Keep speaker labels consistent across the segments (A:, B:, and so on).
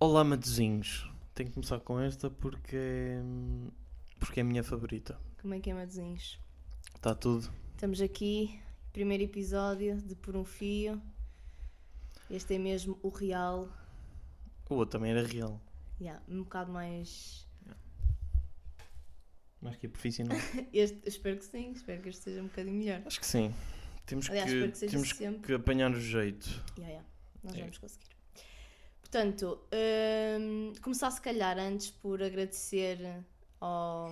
A: Olá Matozinhos. Tenho que começar com esta porque é, porque é a minha favorita.
B: Como é que é, Madezinhos?
A: Está tudo.
B: Estamos aqui, primeiro episódio de Por um Fio. Este é mesmo o real.
A: O outro também era real.
B: Yeah, um bocado mais.
A: Mas que é profissional.
B: Este, espero que sim, espero que este seja um bocadinho melhor.
A: Acho que sim. Temos
B: Aliás,
A: que,
B: espero que seja assim.
A: temos
B: sempre.
A: que apanhar o jeito.
B: Yeah, yeah. Nós
A: É.
B: vamos conseguir. Portanto, hum, começar se calhar antes por agradecer hum, ao,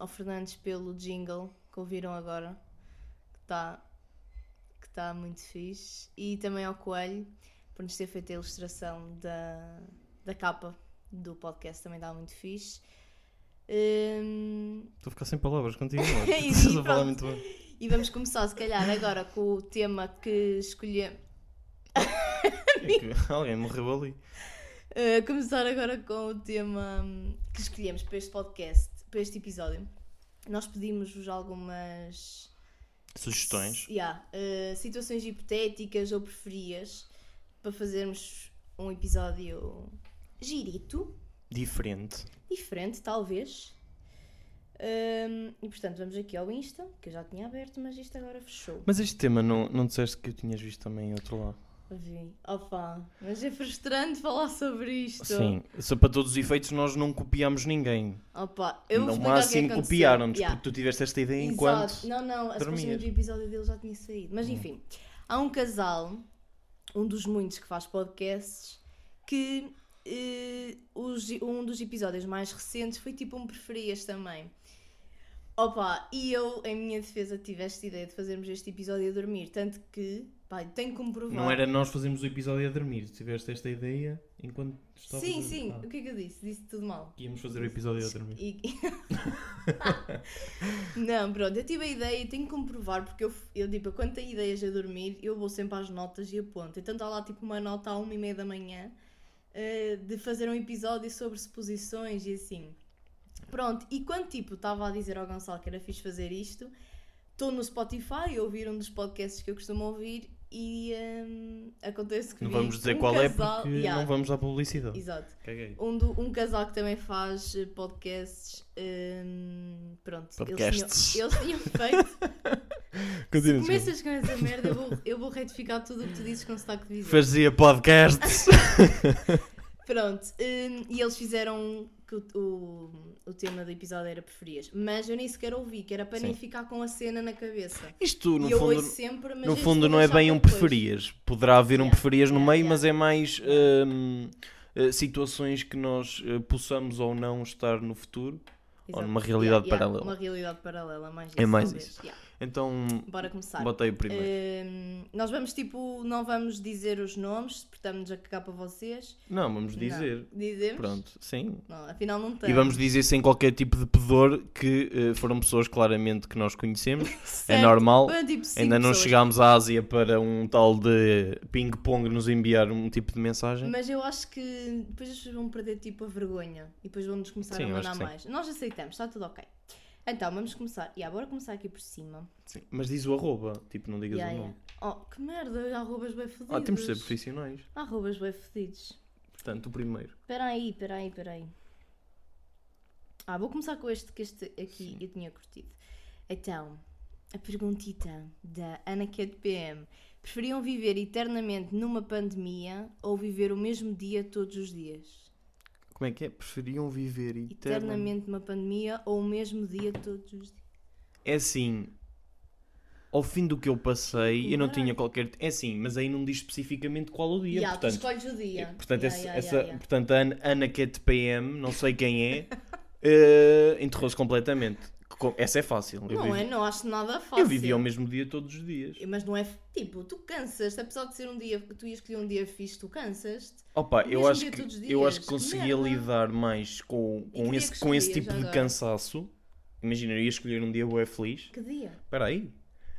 B: ao Fernandes pelo jingle que ouviram agora, que está que tá muito fixe, e também ao Coelho por nos ter feito a ilustração da, da capa do podcast, também está muito fixe. Hum,
A: Estou a ficar sem palavras contigo. não é?
B: E
A: Estás a falar muito
B: pronto.
A: bem.
B: e vamos começar se calhar agora com o tema que escolhemos.
A: É que alguém morreu ali.
B: Uh, começar agora com o tema hum, que escolhemos para este podcast, para este episódio. Nós pedimos-vos algumas
A: Sugestões.
B: Yeah, uh, situações hipotéticas ou preferias para fazermos um episódio girito,
A: Diferente.
B: diferente talvez. Hum, e portanto vamos aqui ao Insta, que eu já tinha aberto, mas isto agora fechou.
A: Mas este tema não, não disseste que eu tinhas visto também em outro lado?
B: Vi. Opa, mas é frustrante falar sobre isto.
A: Sim. Só para todos os efeitos nós não copiámos ninguém.
B: Opa, eu vou
A: não
B: explicar o que é que
A: assim
B: aconteceu.
A: copiaram-nos,
B: Yeah.
A: porque tu tiveste esta ideia
B: Exato.
A: enquanto.
B: Não, não, a
A: dormias.
B: supostamente o episódio dele já tinha saído.
A: Hum.
B: Mas enfim, há um casal, um dos muitos que faz podcasts, que eh, os- um dos episódios mais recentes foi tipo um preferias também. Opa, e eu, em minha defesa, tive esta ideia de fazermos este episódio a dormir, tanto que, pá, tenho que comprovar.
A: Não era nós fazermos o episódio a dormir, tiveste esta ideia enquanto estavas
B: Sim,
A: a-
B: sim,
A: Ah,
B: o que é que eu disse? Disse tudo mal.
A: que íamos fazer o episódio a dormir.
B: E- não, pronto, eu tive a ideia e tenho que comprovar, porque eu, eu tipo, quando tenho ideias a dormir, eu vou sempre às notas e aponto. Então está lá tipo uma nota à uma e meia da manhã eh, de fazer um episódio sobre suposições e assim. Pronto, e quando tipo estava a dizer ao Gonçalo que era fixe fazer isto, estou no Spotify a ouvir um dos podcasts que eu costumo ouvir e ehm, acontece que
A: Não
B: vi
A: vamos dizer
B: um
A: qual é
B: casal-
A: porque
B: Yeah,
A: não vamos dar publicidade.
B: Exato
A: Caguei.
B: um, do- um casal que também faz eh, podcasts. hum, pronto,
A: Podcasts.
B: eles tinham, eles tinham feito. Se
A: Continua, desculpa.
B: começas com essa merda, eu vou, eu vou retificar tudo o que tu dizes com sotaque de visão.
A: Fazia podcasts.
B: Pronto, hum, e eles fizeram que o, o, o tema do episódio era preferias. Mas eu nem sequer ouvi, que era para nem
A: Sim.
B: ficar com a cena na cabeça.
A: Isto, no
B: e eu
A: fundo,
B: ouço sempre, mas
A: no
B: este
A: fundo
B: vou
A: não é
B: deixar
A: bem
B: para
A: um
B: depois.
A: preferias. Poderá haver um
B: Yeah,
A: preferias no
B: yeah,
A: meio,
B: yeah.
A: mas é mais hum, eh, situações que nós eh, possamos ou não estar no futuro. Ou numa realidade paralela.
B: Uma realidade paralela, mais
A: É mais
B: talvez.
A: isso.
B: Yeah.
A: Então,
B: Bora começar.
A: botei o primeiro.
B: Hum, nós vamos tipo, não vamos dizer os nomes, portamos a cagar para vocês.
A: Não, vamos dizer.
B: Eh, Não. Dizemos?
A: Pronto, sim.
B: Não, afinal não tem.
A: E vamos dizer sem qualquer tipo de pudor que eh, foram pessoas claramente que nós conhecemos. É
B: Certo.
A: normal.
B: Foram, tipo, cinco
A: Ainda não
B: pessoas.
A: chegámos à Ásia para um tal de ping-pong nos enviar um tipo de mensagem.
B: Mas eu acho que depois as pessoas vão perder tipo a vergonha e depois vão-nos começar
A: Sim,
B: a
A: eu acho
B: mandar
A: que sim.
B: mais. Nós aceitamos, está tudo ok. Então, vamos começar. E agora começar aqui por cima.
A: Sim, Mas diz o arroba, tipo, não digas
B: Ya,
A: o
B: ya.
A: nome.
B: Oh, que merda, arrobas bem fodidos.
A: Ah, temos de ser profissionais.
B: Arrobas bem fodidos.
A: Portanto, o primeiro.
B: Espera aí, espera aí, espera aí. Ah, vou começar com este que este aqui eu tinha curtido. Então, a perguntita da Ana é Cat PM. Preferiam viver eternamente numa pandemia ou viver o mesmo dia todos os dias?
A: Como é que é? Preferiam viver eternamente.
B: Eternamente numa pandemia ou o mesmo dia todos os dias?
A: É assim. Ao fim do que eu passei, eu não
B: Caralho.
A: tinha qualquer. É assim, mas aí não diz especificamente qual o dia.
B: Yeah, tu
A: portanto,
B: escolhes o dia.
A: Portanto,
B: Yeah,
A: esse-
B: yeah,
A: essa,
B: yeah, yeah.
A: portanto, a Ana, Ana é Cat PM, não sei quem é, eh, enterrou-se completamente. Co- Essa é fácil. Eu,
B: Não
A: vivi,
B: é, não acho nada fácil.
A: eu vivi um ao mesmo dia todos os dias.
B: Mas não é, f- tipo, tu cansas, apesar de ser um dia, tu ias escolher um dia fixe, tu cansas-te.
A: Opa, eu
B: mesmo
A: acho,
B: dia
A: que,
B: todos os
A: eu acho
B: dias,
A: que
B: que
A: conseguia
B: merda.
A: lidar mais com,
B: que
A: com,
B: dia
A: esse,
B: que
A: com esse
B: escolhias
A: tipo de
B: agora?
A: cansaço. Imagina, eu ia escolher um dia bué feliz.
B: Que dia?
A: Espera aí.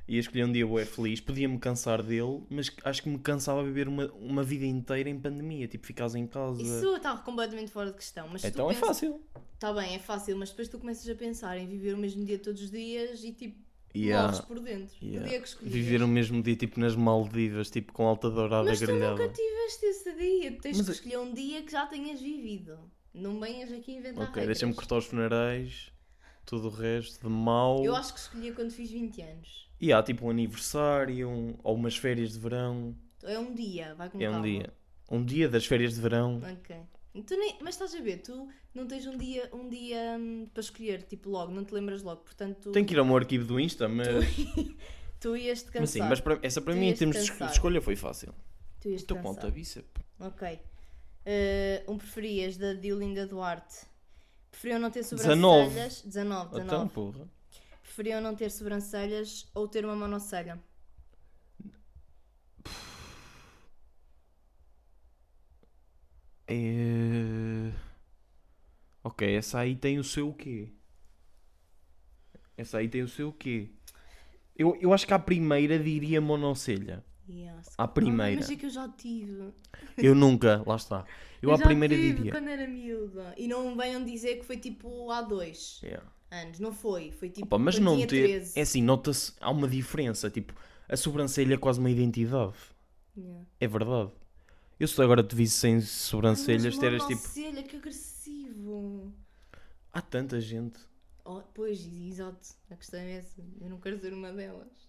A: Ia escolher um dia bué feliz, podia-me cansar dele, mas acho que me cansava viver uma, uma vida inteira em pandemia. Tipo, ficares em casa.
B: Isso está completamente fora de questão. Mas se
A: então
B: tu tá
A: é fácil.
B: Está bem, é fácil, mas depois tu começas a pensar em viver o mesmo dia todos os dias e tipo, morres por dentro.
A: yeah.
B: Que dia é que escolhias?
A: Viver o mesmo dia, tipo nas Maldivas, tipo com alta dourada
B: Mas tu
A: grelhada.
B: nunca tiveste esse dia. Tens
A: Mas
B: que
A: eu-
B: escolher um dia que já tenhas vivido. Não venhas aqui inventar
A: Ok,
B: regras.
A: deixa-me cortar os funerais, tudo o resto de mau.
B: Eu acho que escolhi quando fiz 20 anos.
A: E há tipo um aniversário, um- ou umas férias de verão.
B: É um dia, vai com
A: é um
B: calma.
A: dia. Um dia das férias de verão.
B: Ok. Tu nem- mas estás a ver, tu não tens um dia, um dia hum, para escolher, tipo logo, não te lembras logo, portanto tu,
A: Tenho que ir ao meu arquivo do Insta, mas.
B: tu ias te cansar.
A: Mas sim, mas para- essa para
B: Tu
A: mim, em
B: ias
A: termos de esco-
B: cansar.
A: de escolha, foi fácil.
B: Tu ias te
A: Estou com é alta
B: cansar.
A: bíceps.
B: Ok. Eh, um preferias da Diolinda Duarte. Preferiam não ter
A: 19.
B: sobrancelhas. 19. 19,
A: Então, porra.
B: Preferiam não ter sobrancelhas ou ter uma monocelha.
A: É... Ok, essa aí tem o seu quê? Essa aí tem o seu quê? Eu, eu acho que à primeira diria monocelha.
B: Yes.
A: À primeira.
B: mas é que eu já tive.
A: Eu nunca, lá está. Eu, à
B: já
A: primeira
B: tive
A: diria.
B: quando era miúda. E não venham dizer que foi tipo há dois
A: Yeah.
B: anos. Não foi. Foi tipo.
A: É. Opa, mas
B: quando
A: não
B: tinha
A: ter.
B: 13.
A: É assim, nota-se. Há uma diferença. Tipo, a sobrancelha é quase uma identidade.
B: Yeah.
A: É verdade. Eu se agora te visse sem sobrancelhas,
B: Mas é
A: tu eras tipo.
B: Monocelha, que agressivo.
A: Há tanta gente.
B: Oh, pois, exato. A questão é essa. Eu não quero ser uma delas.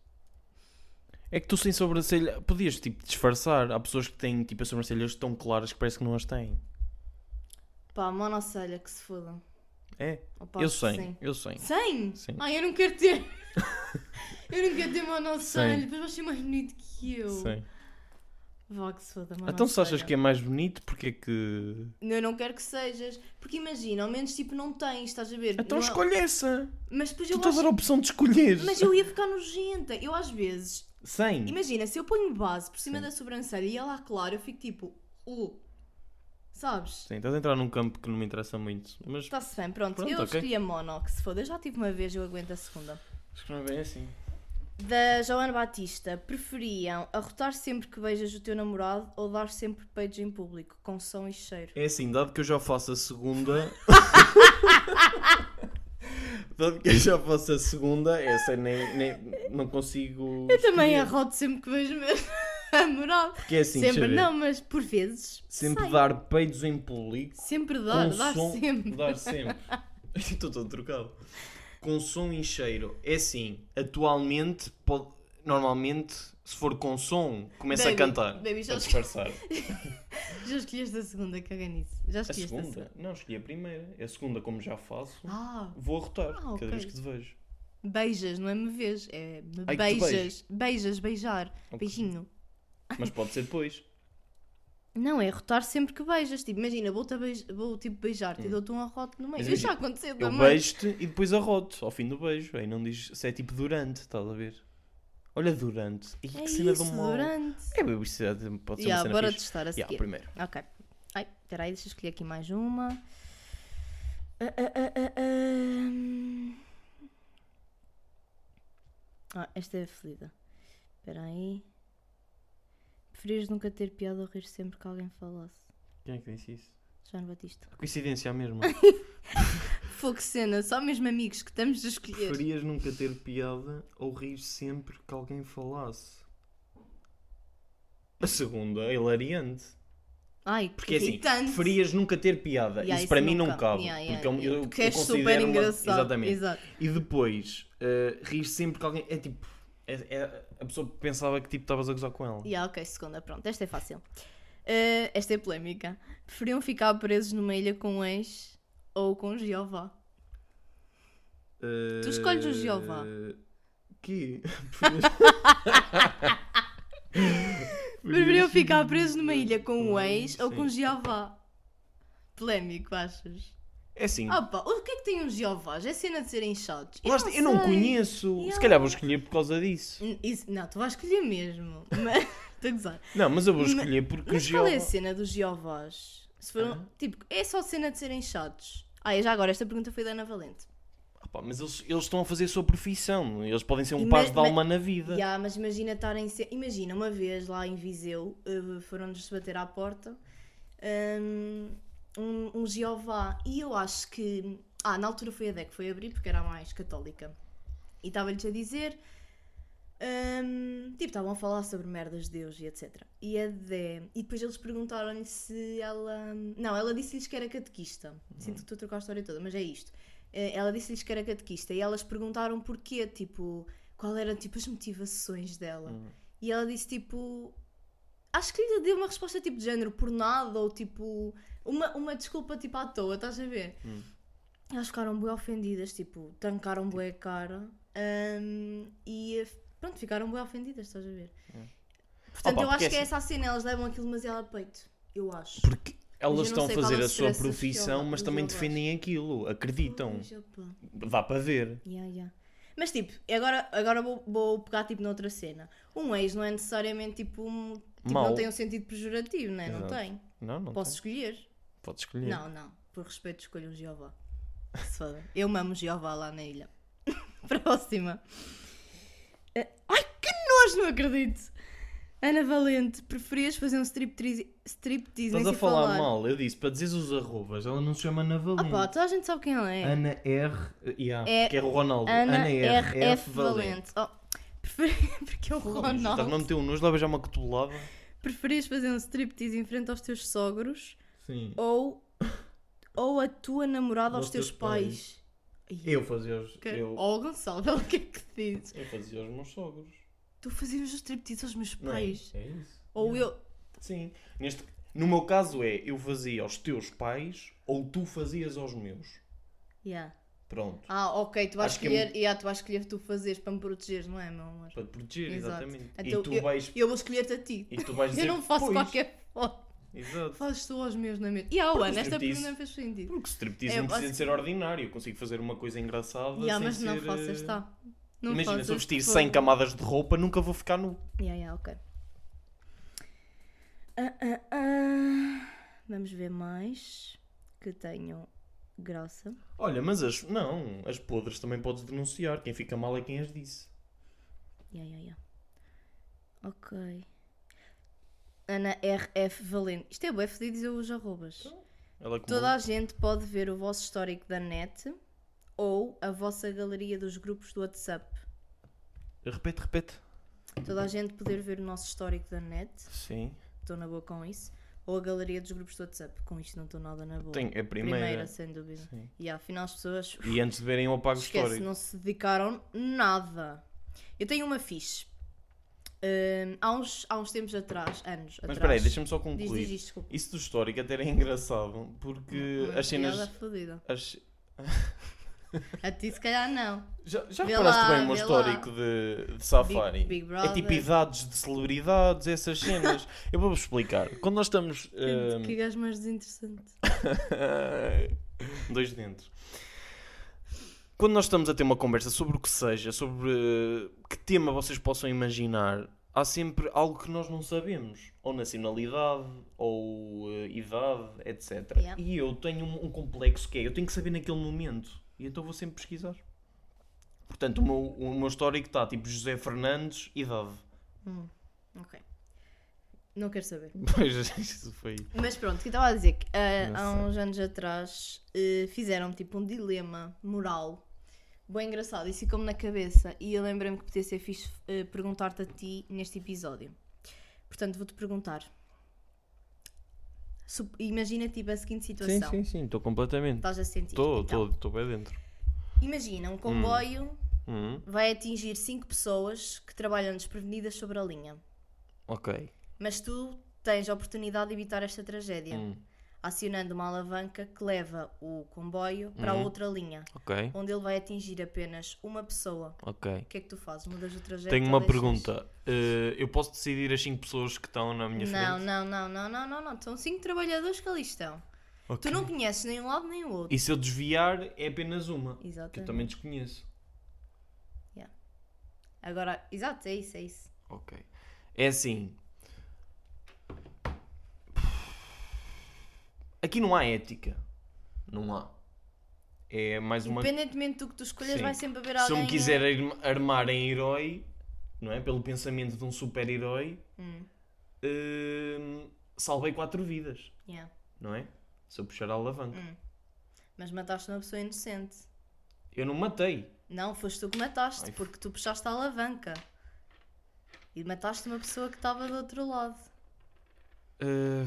A: É que tu sem sobrancelha podias tipo disfarçar. Há pessoas que têm tipo as sobrancelhas tão claras que parece que não as têm.
B: Pá, monocelha, que se fodam.
A: É?
B: Opa,
A: eu sei,
B: sim.
A: eu sei.
B: 100?
A: Sim.
B: Ai, Ah, eu não quero ter. eu não quero ter monocelho, depois vais ser mais bonito que eu.
A: Sim.
B: Vá que se foda,
A: Então se achas que é mais bonito, porque é que.
B: Eu não quero que sejas. Porque imagina, ao menos tipo não tens, estás a ver?
A: Então
B: Não é-
A: escolhe essa!
B: Mas depois
A: Tu
B: eu
A: estás a
B: acho...
A: dar Hum. a opção de escolher!
B: Mas eu ia ficar nojenta. Eu às vezes.
A: Sem!
B: Imagina, se eu ponho base por cima da sobrancelha e ela claro, eu fico tipo. Uh, sabes?
A: Sim, estás a entrar num campo que não me interessa muito. Mas
B: Está-se bem, pronto.
A: Pronto,
B: eu
A: ok.
B: escolhi a mono, que se foda. Eu já tive uma vez, eu aguento a segunda.
A: acho que não é bem assim.
B: Da Joana Batista, preferiam arrotar sempre que beijas o teu namorado ou dar sempre peidos em público, com som e cheiro?
A: É assim, dado que eu já faço a segunda. dado que eu já faço a segunda, essa nem. nem não consigo.
B: Eu também arroto sempre que beijo o meu namorado.
A: Porque é assim, deixa eu
B: sempre
A: ver.
B: não, mas por vezes.
A: Sempre
B: sai.
A: dar peidos em público.
B: Sempre dar,
A: com um
B: dar
A: som-
B: sempre.
A: Dar sempre. Estou todo trocado. Com som e cheiro. É assim, atualmente, pode- normalmente, se for com som, começa
B: Baby,
A: a cantar.
B: baby, já
A: a
B: escolhi-
A: disfarçar.
B: Já escolheste a segunda, caga nisso. Já
A: A
B: escolheste a segunda.
A: segunda? Não, escolhi a primeira. É A segunda, como já faço,
B: Ah,
A: vou arrotar
B: Ah, ok.
A: cada vez que te vejo.
B: beijas, não é me vês, é me
A: Ai, que te
B: beijas. Beijas, beijar,
A: Ok.
B: beijinho.
A: Mas pode ser depois.
B: Não, é arrotar sempre que beijas. Tipo, imagina, vou-te a beij- vou tipo beijar-te e dou-te um arrote no meio.
A: Hum. Mas
B: Isso já
A: imagina,
B: aconteceu
A: Eu
B: também.
A: beijo-te e depois arroto ao fim do beijo. Aí não diz se é tipo durante, estás a ver? Olha, durante. E que
B: É
A: cena
B: isso,
A: do mal.
B: durante.
A: É, mas isso é- pode ser
B: Já,
A: uma
B: bora
A: cena fixe.
B: testar a seguir.
A: Yeah, primeiro.
B: Ok. Ai, peraí, deixa eu escolher aqui mais uma. Ah, ah, ah, ah, ah. Ah, esta é aflida. Espera aí. Preferias nunca ter piada ou rir sempre que alguém falasse?
A: Quem é que disse isso?
B: João Batista.
A: Coincidência é mesmo.
B: Fogo cena, só mesmo amigos que estamos a escolher.
A: Preferias nunca ter piada ou rir sempre que alguém falasse? A segunda é hilariante.
B: Ai,
A: Porque é assim,
B: irritante.
A: preferias nunca ter piada.
B: Yeah,
A: isso para mim não
B: ca-
A: cabe.
B: Yeah, yeah,
A: porque eu-
B: yeah.
A: eu,
B: Porque
A: eu
B: és super
A: considero uma-
B: engraçado.
A: Exatamente.
B: Exato.
A: E depois, eh, rir sempre que alguém. É tipo. é- é- a pessoa pensava que tipo estavas a gozar com ela.
B: Yeah, ok, segunda, pronto, esta é fácil. Eh, esta é polémica. Preferiam ficar presos numa ilha com um ex ou com um Jeová?
A: Eh,
B: escolhes o Jeová.
A: Que?
B: Oh, Preferiam ficar presos numa ilha com um ex ou com
A: Sim.
B: Jeová? Polémico, achas?
A: É assim.
B: Opa, o que é que tem um Jeová? Já é cena de serem chatos.
A: lá está, eu não,
B: sei.
A: conheço.
B: Yeah.
A: Se calhar vou escolher por causa disso.
B: N- Isso, não, tu vais escolher mesmo. Mas, estou a gozar.
A: Não, mas eu vou
B: Mas-
A: escolher porque o
B: Mas qual é a
A: Jeová.
B: cena dos Jeovás? Se foram, Tipo, é só cena de serem chatos. Ah, e já agora, esta pergunta foi da Ana Valente.
A: Opa, mas eles, eles estão a fazer a sua profissão. Eles podem ser um
B: E
A: paz
B: ma-
A: de
B: ma-
A: alma na vida.
B: Ya, mas imagina estarem. Se... Imagina uma vez lá em Viseu, eh, foram-nos bater à porta hum, um, um Jeová. E eu acho que. Ah, na altura foi a DEC, foi abrir porque era a mais católica. E estava-lhes a dizer. hum, tipo, estavam a falar sobre merdas de Deus e etc. E, a de... e depois eles perguntaram-lhe se ela. Não, ela disse-lhes que era catequista. Sinto que estou a trocar a história toda, mas é isto. Eh, Ela disse-lhes que era catequista e elas perguntaram porquê, tipo, qual eram tipo, as motivações dela.
A: Hum.
B: E ela disse tipo. Acho que lhe deu uma resposta tipo de género por nada ou tipo. Uma, uma desculpa tipo à toa, estás a ver?
A: Hum.
B: Elas ficaram bem ofendidas, tipo, tancaram bem a cara hum, e eh, pronto, ficaram bem ofendidas, estás a ver? Portanto,
A: Opa,
B: eu acho
A: porque
B: que é
A: assim-
B: essa a cena, elas levam aquilo demasiado a peito, eu acho.
A: Porque elas
B: não
A: estão a
B: sei qual é
A: fazer
B: o
A: a sua
B: stress
A: profissão,
B: social,
A: mas
B: mas
A: também
B: eu gosto.
A: defendem aquilo, acreditam.
B: Pois, opa.
A: Dá para ver.
B: Ya, ya. Mas tipo, agora, agora vou, vou pegar tipo noutra cena. Um ex não é necessariamente tipo. um- tipo
A: Mau.
B: não tem um sentido pejorativo, né? não
A: Exato.
B: tem?
A: Não, não.
B: Posso
A: tem.
B: escolher.
A: Podes escolher.
B: Não, não. Por respeito, escolho o Jeová. Se foda. Eu mamo Jeová lá na ilha. Próxima. Eh, Ai, que nojo, não acredito. Ana Valente, preferias fazer um striptease striptease
A: Estás
B: em
A: a
B: sem
A: falar, mal, eu disse, para dizeres os arrobas, ela não se chama Ana
B: Ah pá,
A: Valente.
B: toda a gente sabe quem ela é.
A: Ana R. Yeah,
B: É
A: que é o Ronaldo.
B: Ana,
A: R.
B: RF Valente. Oh, preferi- porque é o
A: Estás-me a
B: Ronaldo.
A: meter um nojo, leva já uma cotulada.
B: Preferias fazer um striptease em frente aos teus sogros
A: Sim.
B: ou, ou a tua namorada
A: Aos
B: aos teus
A: teus
B: pais? Ai,
A: Eu fazia os.
B: Que...
A: Eu,
B: Oh, Gonçalo, olha o que é que dizes?
A: eu fazia os meus sogros.
B: Tu fazias os striptease aos meus
A: Não é?
B: pais?
A: É isso.
B: Ou
A: Yeah.
B: eu.
A: Sim. Neste, no meu caso é, eu fazia aos teus pais ou tu fazias aos meus.
B: Yeah.
A: Pronto.
B: Ah, ok, tu vais
A: Acho que é
B: escolher. yeah, tu vais escolher tu fazeres para me protegeres, não é, meu amor?
A: Para te proteger,
B: Exato.
A: exatamente.
B: Então,
A: e, tu vais,
B: Eu vou escolher-te a ti.
A: e tu vais dizer.
B: Eu não faço
A: "Pois."
B: qualquer foto.
A: Exato.
B: Fazes tu aos meus na mesma. E ao Ana, esta
A: striptease-
B: pergunta não fez sentido.
A: Porque striptease
B: É,
A: não precisa
B: acho
A: de ser ordinário. Eu consigo fazer uma coisa engraçada
B: Yeah,
A: sem
B: mas não
A: ser,
B: faças,
A: eh,
B: está. Não
A: Imagina,
B: faças, tipo,
A: se eu vestir
B: por
A: 100
B: favor.
A: camadas de roupa, nunca vou ficar nu.
B: Yeah, yeah, ok. Ah, ah, ah. Vamos ver mais que tenham graça.
A: Olha, mas as. Não, as podres também podes denunciar. Quem fica mal é quem as disse.
B: Ya, ya, ya. Ok. Ana RF Valente. Isto é bué fedido dizer os arrobas.
A: Ela é como
B: Toda a gente pode ver o vosso histórico da net ou a vossa galeria dos grupos do WhatsApp.
A: eu. Repete, repete.
B: Toda a gente poder ver o nosso histórico da net.
A: Sim.
B: Estou na boa com isso. Ou a galeria dos grupos do WhatsApp. Com isto não estou nada na boa.
A: Tem é a primeira.
B: sem dúvida.
A: Sim.
B: E afinal as pessoas
A: E antes de verem o apago
B: Esquece,
A: histórico.
B: não se dedicaram nada. Eu tenho uma fixe. Hum, há, uns, há uns tempos atrás, anos
A: Mas
B: atrás.
A: espera aí, deixa-me só
B: Diz,
A: concluir.
B: diz, diz, desculpa.
A: Isso do histórico é até era engraçado, porque
B: Uma
A: as cenas.
B: piada é fodida.
A: As...
B: A ti se calhar não.
A: Já, já
B: Vê
A: reparaste
B: lá,
A: bem o meu
B: vê
A: histórico de, de Safari?
B: Big- Big
A: é tipo
B: Brother.
A: idades de celebridades, essas cenas. Eu vou-vos explicar. Quando nós estamos. hum,
B: Que gajo mais desinteressante.
A: Dois dentes. Quando nós estamos a ter uma conversa sobre o que seja, sobre eh, que tema vocês possam imaginar, há sempre algo que nós não sabemos. Ou nacionalidade, ou eh, idade, etc.
B: Yeah.
A: E eu tenho um, um complexo que é, eu tenho que saber naquele momento. E então vou sempre pesquisar. Portanto, o meu, o meu histórico está tipo José Fernandes, idade.
B: Ok. Não quero saber.
A: Pois, isso foi...
B: Mas pronto, o que eu estava a dizer que ah,
A: Não
B: há
A: sei.
B: uns anos atrás eh, fizeram tipo um dilema moral bem engraçado, isso ficou-me na cabeça e eu lembrei-me que podia ser fixe eh, perguntar-te a ti neste episódio. Portanto, vou-te perguntar. Sup- Imagina tipo a seguinte situação.
A: sim, estou completamente.
B: Estás a sentir. Então,
A: estou bem dentro.
B: Imagina, um comboio
A: Hum,
B: vai atingir cinco pessoas que trabalham desprevenidas sobre a linha.
A: ok.
B: Mas tu tens a oportunidade de evitar esta tragédia.
A: Hum.
B: acionando uma alavanca que leva o comboio para
A: Uhum.
B: outra linha,
A: Ok,
B: onde ele vai atingir apenas uma pessoa.
A: ok.
B: O que é que tu fazes? Mudas o trajeto?
A: Tenho
B: ou
A: uma
B: deixas?
A: pergunta. Eh, eu posso decidir as 5 pessoas que estão na minha
B: Não,
A: frente?
B: não, não, não, não, não, não. São cinco trabalhadores que ali estão.
A: Ok.
B: Tu não conheces nem um lado nem o outro.
A: E se eu desviar, é apenas uma. Que eu
B: Exatamente.
A: também desconheço.
B: Agora, exato, é isso, é isso.
A: Ok. É assim. Aqui não há ética. Não há. É mais uma.
B: Independentemente do que tu escolhas,
A: Sim.
B: vai sempre haver
A: Se eu
B: alguém. é?
A: me quiser arm- armar em herói, não é? Pelo pensamento de um super-herói,
B: Hum,
A: eh, salvei quatro vidas,
B: yeah.
A: não é?
B: Hum.
A: Se eu puxar a alavanca.
B: Mas mataste uma pessoa inocente.
A: Eu não matei.
B: Não, foste tu que mataste,
A: Ai,
B: porque tu puxaste a alavanca. E mataste uma pessoa que estava do outro lado.
A: Eh,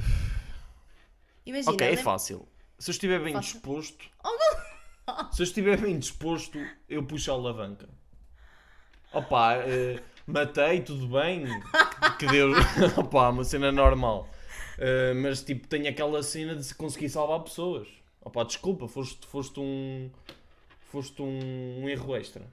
B: Imagina.
A: ok, é
B: lem-
A: fácil. Se eu estiver bem
B: Fácil. Oh,
A: disposto. Se eu estiver bem disposto, eu puxo a alavanca. Opa, eh, matei, tudo bem. Que Deus. Opa, uma cena normal. Eh, mas tipo, tenho aquela cena de se conseguir salvar pessoas. Opa, desculpa, foste, foste um. Foste um, um erro extra.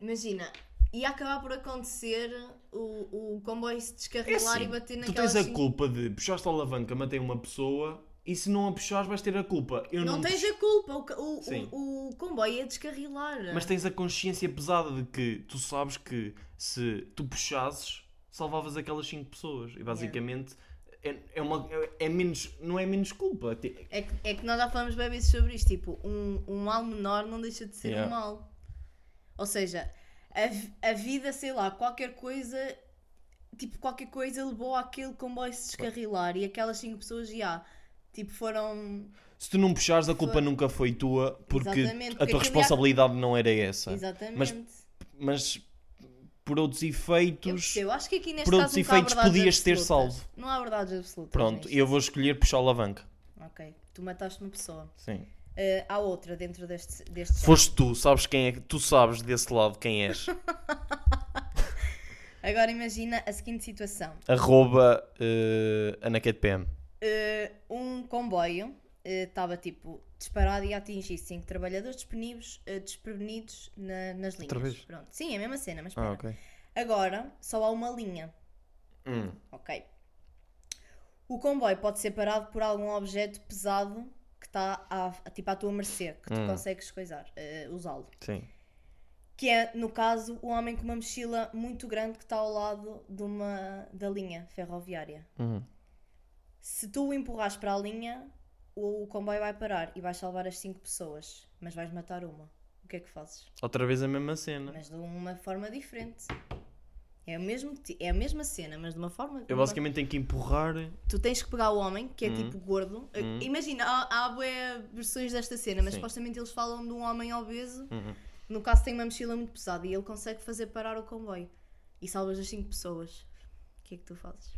B: Imagina, ia acabar por acontecer o, o comboio se
A: É
B: descarrilar
A: assim,
B: e bater
A: tu
B: naquela.
A: tens a culpa de puxaste a alavanca, matei uma pessoa e se não a puxares vais ter a culpa. Eu não,
B: Não tens a culpa, o, ca- o,
A: Sim.
B: o, o comboio ia descarrilar.
A: Mas tens a consciência pesada de que tu sabes que se tu puxasses, salvavas aquelas 5 pessoas. E basicamente é, é, uma, é, é menos, não é menos culpa. Ti-
B: É, que, é que nós já falamos bem vezes sobre isto. Tipo, um, um mal menor não deixa de ser
A: Yeah.
B: um mal. Ou seja, a, vi- a vida, sei lá, qualquer coisa. Tipo, qualquer coisa levou àquele comboio se descarrilar e aquelas cinco pessoas já. Tipo, foram.
A: Se tu não puxares, a culpa nunca foi tua porque
B: Exatamente,
A: a
B: porque
A: tua
B: aquilo ia-
A: responsabilidade não era essa.
B: Exatamente.
A: Mas por outros
B: Eu,
A: efeitos,
B: percebo. acho que aqui neste
A: por
B: caso
A: outros
B: nunca há
A: efeitos,
B: verdades
A: podias ter
B: absolutas.
A: salvo.
B: Não há verdades absolutas.
A: pronto,
B: nisto.
A: eu vou escolher puxar a alavanca.
B: Ok, tu mataste uma pessoa.
A: Sim.
B: Eh, há outra dentro deste, deste género.
A: Foste tu, sabes quem é que tu sabes desse lado quem és.
B: Agora imagina a seguinte situação.
A: Arroba eh, AnaCatPM.
B: Eh, um comboio estava tipo disparado e a atingir cinco trabalhadores desprevenidos, eh, desprevenidos na- nas linhas.
A: Outra vez?
B: Pronto. Sim, é a mesma cena, mas
A: Ah,
B: espera.
A: ok.
B: Agora só há uma linha,
A: Hum.
B: ok? O comboio pode ser parado por algum objeto pesado que está à- tipo à tua mercê, que tu
A: Hum.
B: consegues coisar, eh, usá-lo.
A: Sim.
B: Que é, no caso, o homem com uma mochila muito grande que está ao lado de uma, da linha ferroviária.
A: Uhum.
B: Se tu o empurras para a linha, o comboio vai parar e vais salvar as cinco pessoas, mas vais matar uma. O que é que fazes?
A: Outra vez a mesma cena.
B: Mas de uma forma diferente. É, o mesmo, ti- é a mesma cena, mas de uma forma.
A: Eu basicamente tenho que empurrar.
B: Tu tens que pegar o homem, que é
A: Hum.
B: tipo gordo.
A: Hum.
B: Imagina, há, há bué versões desta cena, mas
A: Sim.
B: supostamente eles falam de um homem obeso.
A: Uhum.
B: No caso, tem uma mochila muito pesada e ele consegue fazer parar o comboio. E salvas as cinco pessoas. O que é que tu fazes?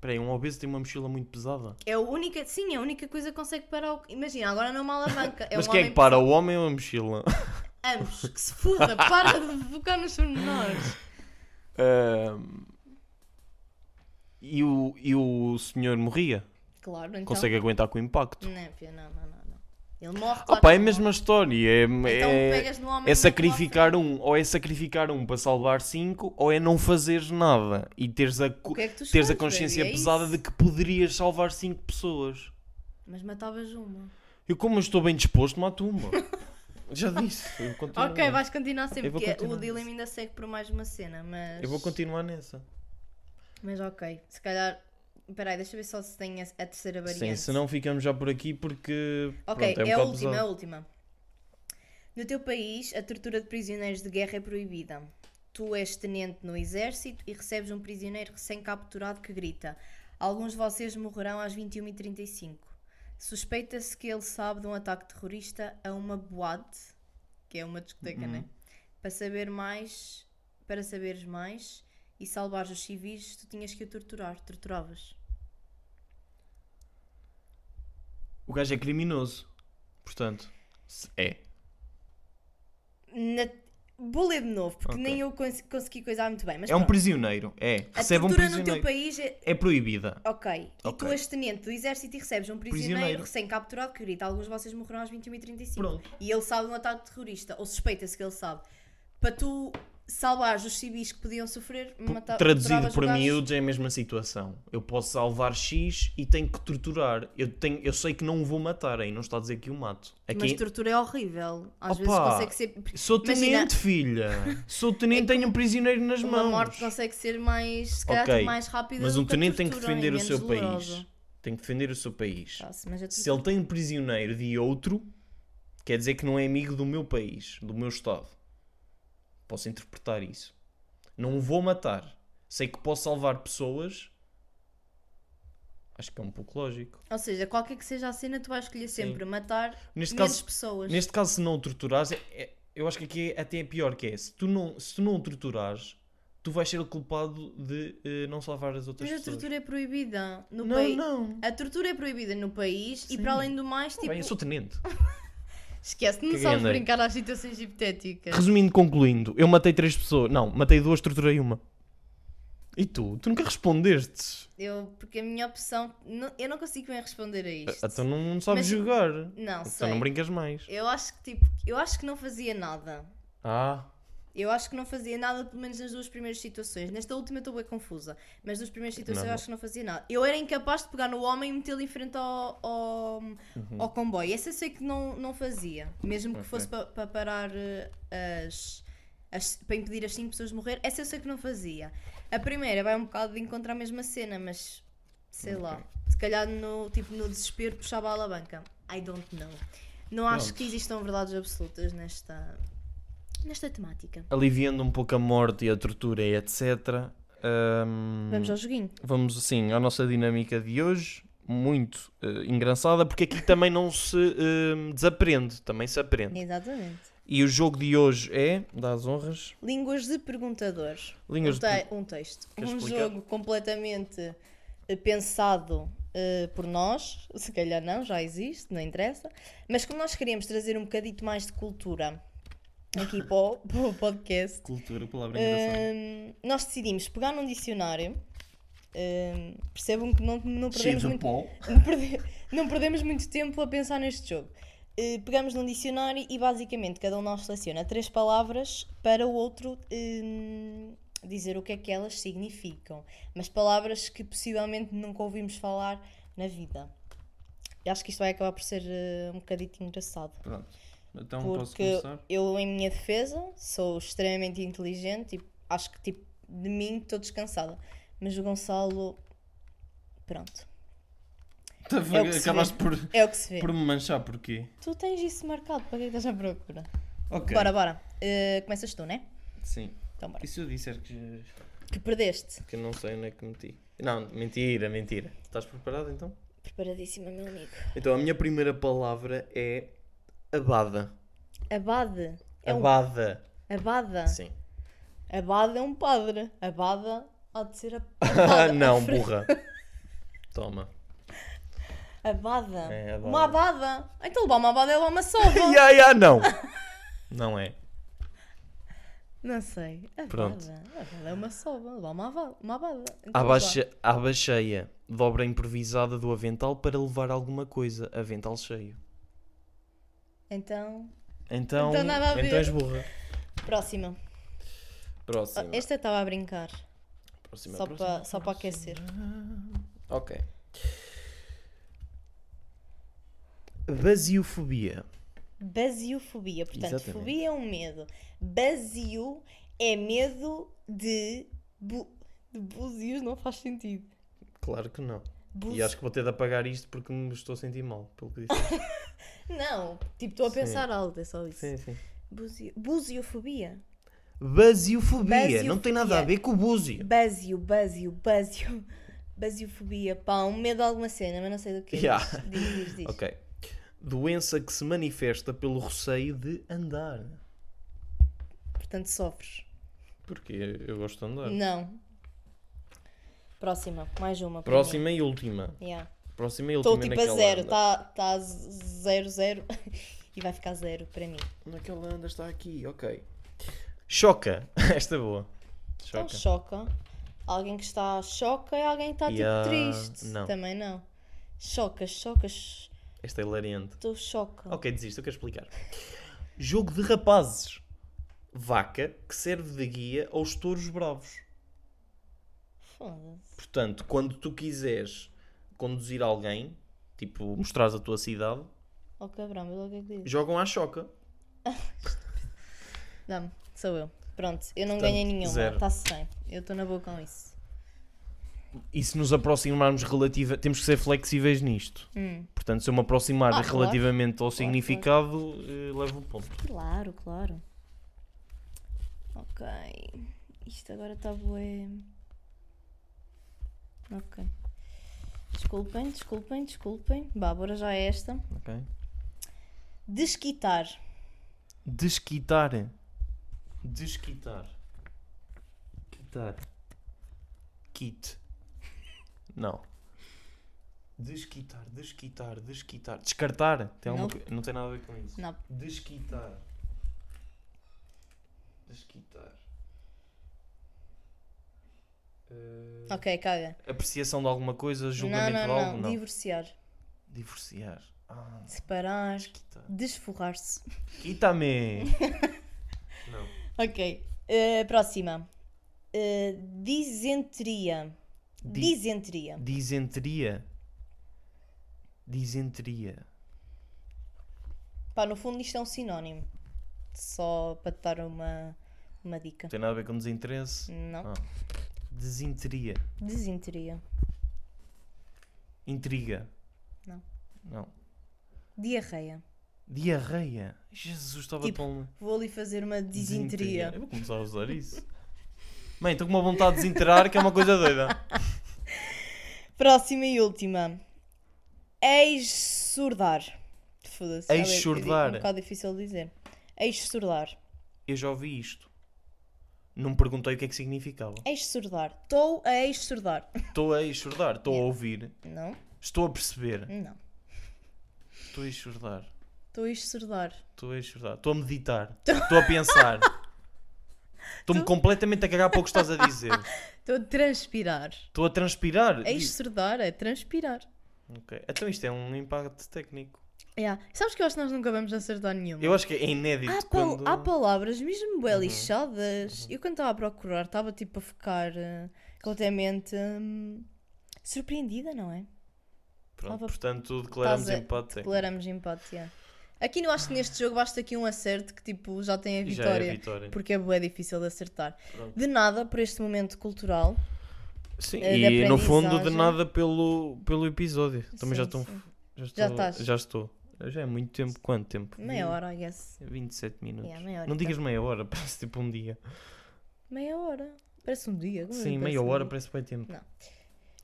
A: Peraí, um obeso tem uma mochila muito pesada.
B: É a única, sim, é a única coisa que consegue parar o. Imagina, agora não é uma alavanca. É
A: Mas
B: um
A: quem é
B: homem
A: que para, o homem ou a mochila?
B: Ambos, que se foda, para de focar nos pormenores.
A: Ahm, E, o, e o senhor morria?
B: Claro, então.
A: Consegue aguentar com o impacto?
B: Não, pia, não, não, não, não. Ele morre, claro.
A: Opa,
B: que
A: é a
B: morre.
A: mesma história. É,
B: Então
A: é,
B: pegas no homem.
A: é
B: e
A: sacrificar
B: mete-o
A: um. Ou é sacrificar um para salvar cinco, ou é não fazeres nada e teres a,
B: à
A: co-
B: frente. O que é que tu
A: teres a
B: escolhes,
A: consciência
B: baby? É
A: pesada
B: isso.
A: de que poderias salvar cinco pessoas.
B: Mas matavas uma.
A: Eu, como eu estou bem disposto, mato uma. Já disse. Eu continuo.
B: ok, vais continuar sempre,
A: Eu vou
B: porque
A: continuar
B: o dilema
A: nisso.
B: ainda segue por mais uma cena, mas.
A: Eu vou continuar nessa.
B: Mas ok, se calhar. Peraí, deixa eu ver só se tem a, a terceira
A: Sim,
B: variante.
A: senão ficamos já por aqui porque.
B: Ok,
A: pronto, um
B: é a
A: bocado
B: última, é a
A: pesado.
B: última. No teu país, a tortura de prisioneiros de guerra é proibida. Tu és tenente no exército e recebes um prisioneiro recém-capturado que grita: Alguns de vocês morrerão às 21h35. Suspeita-se que ele sabe de um ataque terrorista a uma boate, que é uma
A: Uhum.
B: discoteca, né? Para saber mais, para saberes mais e salvares os civis, tu tinhas que o torturar, torturavas.
A: O gajo é criminoso. Portanto, se- é.
B: Na... Vou ler de novo, porque
A: Ok.
B: nem eu cons- consegui coisar muito bem. Mas
A: é um
B: pronto.
A: prisioneiro. É.
B: A
A: Recebe um
B: tortura no teu
A: prisioneiro.
B: país é.
A: É proibida.
B: Ok. E
A: Ok.
B: tu és tenente do exército e recebes um prisioneiro,
A: Prisioneiro.
B: recém-capturado que grita: Alguns de vocês morreram às 21h35.
A: Pronto.
B: E ele sabe de um ataque terrorista, ou suspeita-se que ele sabe. Para tu salvares os civis que podiam sofrer, mata-
A: Traduzido
B: torturavas
A: por
B: o gajo.
A: miúdos é a mesma situação. Eu posso salvar X e tenho que torturar. Eu, tenho, eu sei que não o vou matar aí, não está a dizer que o mato.
B: Mas
A: Aqui,
B: tortura é horrível. Às vezes
A: Opa,
B: consegue ser.
A: Sou tenente,
B: Imagina-
A: filha. Sou tenente, tenho um prisioneiro nas
B: Uma
A: mãos.
B: morte consegue ser mais. Se calhar
A: Ok,
B: mais rápida
A: Mas
B: do
A: um
B: que a
A: tenente tem que
B: tortura,
A: defender
B: e
A: o seu
B: menos
A: país.
B: dolorosa.
A: Tem que defender o seu país.
B: Tá-se, mas a
A: Se ele tem um prisioneiro de outro, quer dizer que não é amigo do meu país, do meu Estado. Posso interpretar isso. Não o vou matar. Sei que posso salvar pessoas Acho que é um pouco lógico.
B: Ou seja, qualquer que seja a cena, tu vais escolher sempre matar
A: Neste
B: menos
A: caso,
B: pessoas.
A: neste caso, se não o torturares, é- é- eu acho que aqui é até é pior que é. Se tu não, se tu não o torturares, tu vais ser o culpado de eh, não salvar as outras
B: Mas a
A: pessoas.
B: tortura é proibida no
A: não,
B: país.
A: não.
B: A tortura é proibida no país e
A: Sim.
B: para além do mais, tipo,
A: Bem, eu sou tenente.
B: esquece, não
A: Caguei,
B: sabes
A: andei.
B: brincar às situações hipotéticas.
A: Resumindo, concluindo, eu matei três pessoas. Não, matei duas, torturei uma. E tu? Tu nunca respondeste.
B: Eu, porque a minha opção, não- eu não consigo bem responder a isto.
A: Então não sabes
B: Mas-
A: jogar.
B: Não,
A: Então não
B: sei.
A: brincas mais.
B: Eu acho que tipo, eu acho que não fazia nada.
A: Ah,
B: Eu acho que não fazia nada, pelo menos nas duas primeiras situações. Nesta última eu estou bem confusa, mas nas duas primeiras situações
A: Não,
B: eu
A: não.
B: acho que não fazia nada. Eu era incapaz de pegar no homem e metê-lo em frente ao, ao, ao comboio. Essa eu sei que não, não fazia. Mesmo que
A: Uhum. Ok.
B: fosse para parar eh, as, as- para impedir as cinco pessoas de morrer, essa eu sei que não fazia. A primeira vai um bocado de encontrar a mesma cena, mas sei lá. Se calhar no, tipo, no desespero puxava a alavanca. I don't know. Não acho
A: Pronto.
B: que existam verdades absolutas nesta, nesta temática.
A: aliviando um pouco a morte e a tortura e etc. ahm,
B: Vamos ao joguinho.
A: vamos assim à nossa dinâmica de hoje, muito eh, engraçada, porque aqui também não se eh, desaprende, também se aprende.
B: Exatamente.
A: E o jogo de hoje é, dá as honras,
B: Línguas de perguntadores.
A: Línguas
B: um,
A: de
B: te- um texto.
A: Queres
B: um
A: explicar?
B: jogo completamente eh, pensado eh, por nós. Se calhar não, já existe, não interessa. Mas como nós queríamos trazer um bocadito mais de cultura aqui para o, para o podcast,
A: cultura, palavra
B: hum, nós decidimos pegar num dicionário. Hum, percebam que não, não perdemos muito
A: pó.
B: não, perde- não perdemos muito tempo a pensar neste jogo. Eh, pegamos num dicionário e basicamente cada um de nós seleciona três palavras para o outro hum, dizer o que é que elas significam. Mas palavras que possivelmente nunca ouvimos falar na vida. E acho que isto vai acabar por ser eh, um bocadito engraçado.
A: Pronto. Então
B: Porque eu, em minha defesa, sou extremamente inteligente e acho que, tipo, de mim estou descansada. Mas o Gonçalo, pronto, É o que se acabaste
A: Tá por,
B: é o que se vê.
A: me manchar, porquê?
B: Tu tens isso marcado, para que é que estás à procura?
A: Ok.
B: Bora, bora. Eh, começas tu, né?
A: Sim.
B: Então bora.
A: E se eu disser que,
B: Que perdeste.
A: que eu não sei onde é que meti? Não, mentira, mentira. Estás preparado então?
B: Preparadíssima, meu amigo.
A: Então a minha primeira palavra é abada.
B: Abade. É um... Ah.
A: Abada.
B: Abada.
A: Sim.
B: Abade é um padre. Abada há de ser a...
A: Ah,
B: abada. é
A: não, burra. Toma.
B: Abada.
A: É, abada.
B: Uma abada. Então levar uma abada é levar uma sova.
A: Ya, ya, não. Não é.
B: não sei. Abada.
A: Pronto.
B: Abada é uma sova. Levar uma abada. Uma abada. Então,
A: Abaixa, abaixeia. Dobra improvisada do avental para levar alguma coisa. Avental cheio.
B: vá. Então,
A: Então,
B: Então nada a ver.
A: então és burra.
B: próxima.
A: Próxima.
B: Esta eu estava a brincar.
A: próxima,
B: Ah, só
A: próxima.
B: para só para aquecer.
A: Ok. Basiofobia.
B: Basiofobia. Portanto,
A: Exatamente.
B: fobia é um medo. Basio é medo de. Bu... De búzios não faz sentido.
A: Claro que não.
B: Búzios.
A: E acho que vou ter de apagar isto porque me estou a sentir mal, pelo que disse.
B: Não, tipo, estou a
A: Sim.
B: pensar alto, é só isso.
A: sim, sim.
B: Buzio... Buziofobia.
A: Basiofobia. Não tem
B: Basiofobia.
A: nada a ver com o búzio.
B: Basio, basio, basio. Basiofobia. Pá, um medo de alguma cena, mas não sei do que.
A: Yeah.
B: Diz, diz, diz.
A: Ok. Doença que se manifesta pelo receio de andar.
B: Portanto, sofres.
A: Porque eu gosto de andar.
B: Não. Próxima, mais uma. para
A: Próxima e última.
B: mim. Yeah.
A: Próxima e última
B: Estou tipo a
A: naquela
B: zero,
A: anda.
B: está tá zero, zero e vai ficar zero para mim.
A: Naquela anda está aqui, ok. Choca. Esta é boa.
B: Então
A: Choca.
B: choca. Alguém que está choca é alguém que está tipo
A: Yeah,
B: triste.
A: ah, não.
B: Também não. Choca, choca, ch-
A: Esta é hilariante.
B: estou choca.
A: Ok, desisto, eu quero explicar. Jogo de rapazes. Vaca que serve de guia aos touros bravos.
B: Foda-se.
A: Portanto, quando tu quiseres conduzir alguém, tipo, mostrares a tua cidade,
B: Oh cabrão, mas logo é que diz.
A: jogam à choca.
B: Dá-me, sou eu. Pronto, eu não
A: Portanto,
B: ganhei nenhuma,
A: zero.
B: está-se bem. Eu estou na boa com isso.
A: E se nos aproximarmos relativa, temos que ser flexíveis nisto.
B: Hum,
A: Portanto, se eu me aproximar
B: Ah, claro.
A: relativamente ao
B: claro.
A: significado, eh, levo um ponto.
B: claro, claro. Ok. tá Isto agora está bué. Ok. Desculpem, desculpem, desculpem. Bárbara já é esta.
A: Ok.
B: Desquitar.
A: Desquitar. Desquitar. Quitar. Kit. Não. Desquitar, desquitar, desquitar. Descartar. Tem alguma
B: Não.
A: coi- Não tem nada a ver com isso.
B: Não.
A: Desquitar. Desquitar. Eh,
B: Ok, caga.
A: Apreciação de alguma coisa,
B: Não,
A: julgamento
B: não,
A: de algo?
B: não. Divorciar.
A: Divorciar. Ah,
B: Separar.
A: desquitar.
B: Desforrar-se.
A: Quita-me! não.
B: Ok. eh, próxima. Eh, disenteria.
A: Di-
B: Disenteria.
A: Disenteria. Disenteria.
B: Pá, no fundo isto é um sinónimo. Só para te dar uma, uma dica.
A: Não tem nada a ver com desinteresse.
B: Não.
A: Ah. Desinteria.
B: Desinteria.
A: Intriga.
B: Não.
A: Não.
B: Diarreia.
A: Diarreia. Jesus, estava
B: Tipo,
A: tão.
B: Vou ali fazer uma desinteria.
A: Eu vou começar a usar isso. Mãe, estou com uma vontade de desinterar que é uma coisa doida.
B: Próxima e última. Ex-surdar. Foda-se.
A: Ex-surdar.
B: É um bocado difícil de dizer. Ex-surdar.
A: Eu já ouvi isto. Não me perguntei o que é que significava.
B: Ex-surdar. Estou a ex-surdar.
A: Estou a enxordar, estou a ouvir,
B: Não,
A: estou a perceber.
B: não.
A: Estou a enxordar,
B: Estou a ex-surdar.
A: estou a enxordar, estou a meditar, estou a pensar. Estou-me completamente a cagar para o que estás a dizer.
B: Estou a transpirar.
A: Estou a transpirar.
B: Ex-surdar é transpirar.
A: Ok. Então isto é um impacto técnico.
B: Yeah. Sabes que eu acho que nós nunca vamos acertar nenhuma.
A: Eu acho que é inédito
B: Há, pal-
A: quando.
B: há palavras mesmo bué lixadas. Eu quando estava a procurar, estava tipo a ficar eh, completamente hum, surpreendida, não é?
A: Pronto,
B: Estava-
A: portanto, declaramos
B: Estás a-
A: empate técnico.
B: Declaramos empate, yeah. Aqui não acho que neste jogo basta aqui um acerto que tipo já tem a
A: E já é
B: vitória.
A: vitória.
B: porque é bué difícil de acertar.
A: Pronto.
B: De nada por este momento cultural.
A: Sim,
B: eh,
A: e
B: da
A: no fundo de
B: aprendizagem.
A: nada pelo, pelo episódio. Também já,
B: Sim,
A: estão,
B: sim.
A: já estou.
B: Já estás.
A: Já estou. Já é muito tempo. Quanto tempo?
B: Meia hora, I guess.
A: 27 minutos.
B: Yeah, meia hora,
A: não digas meia hora, parece tipo um dia.
B: Meia hora. Parece um dia. como é que
A: Sim,
B: parece
A: meia
B: um
A: hora
B: dia?
A: parece bem tempo.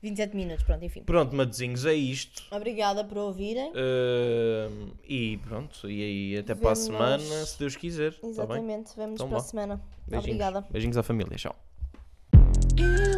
B: 27 minutos, pronto, enfim.
A: Pronto, maduzinhos, é isto.
B: Obrigada por ouvirem.
A: Tá Ahm, e pronto, e aí até para a
B: Vemo-nos.
A: semana, se Deus quiser. Tá bem?
B: Exatamente. Vemo-nos
A: Então
B: para a
A: vá.
B: semana.
A: Beijinhos.
B: Obrigada.
A: Beijinhos à família, tchau.
B: You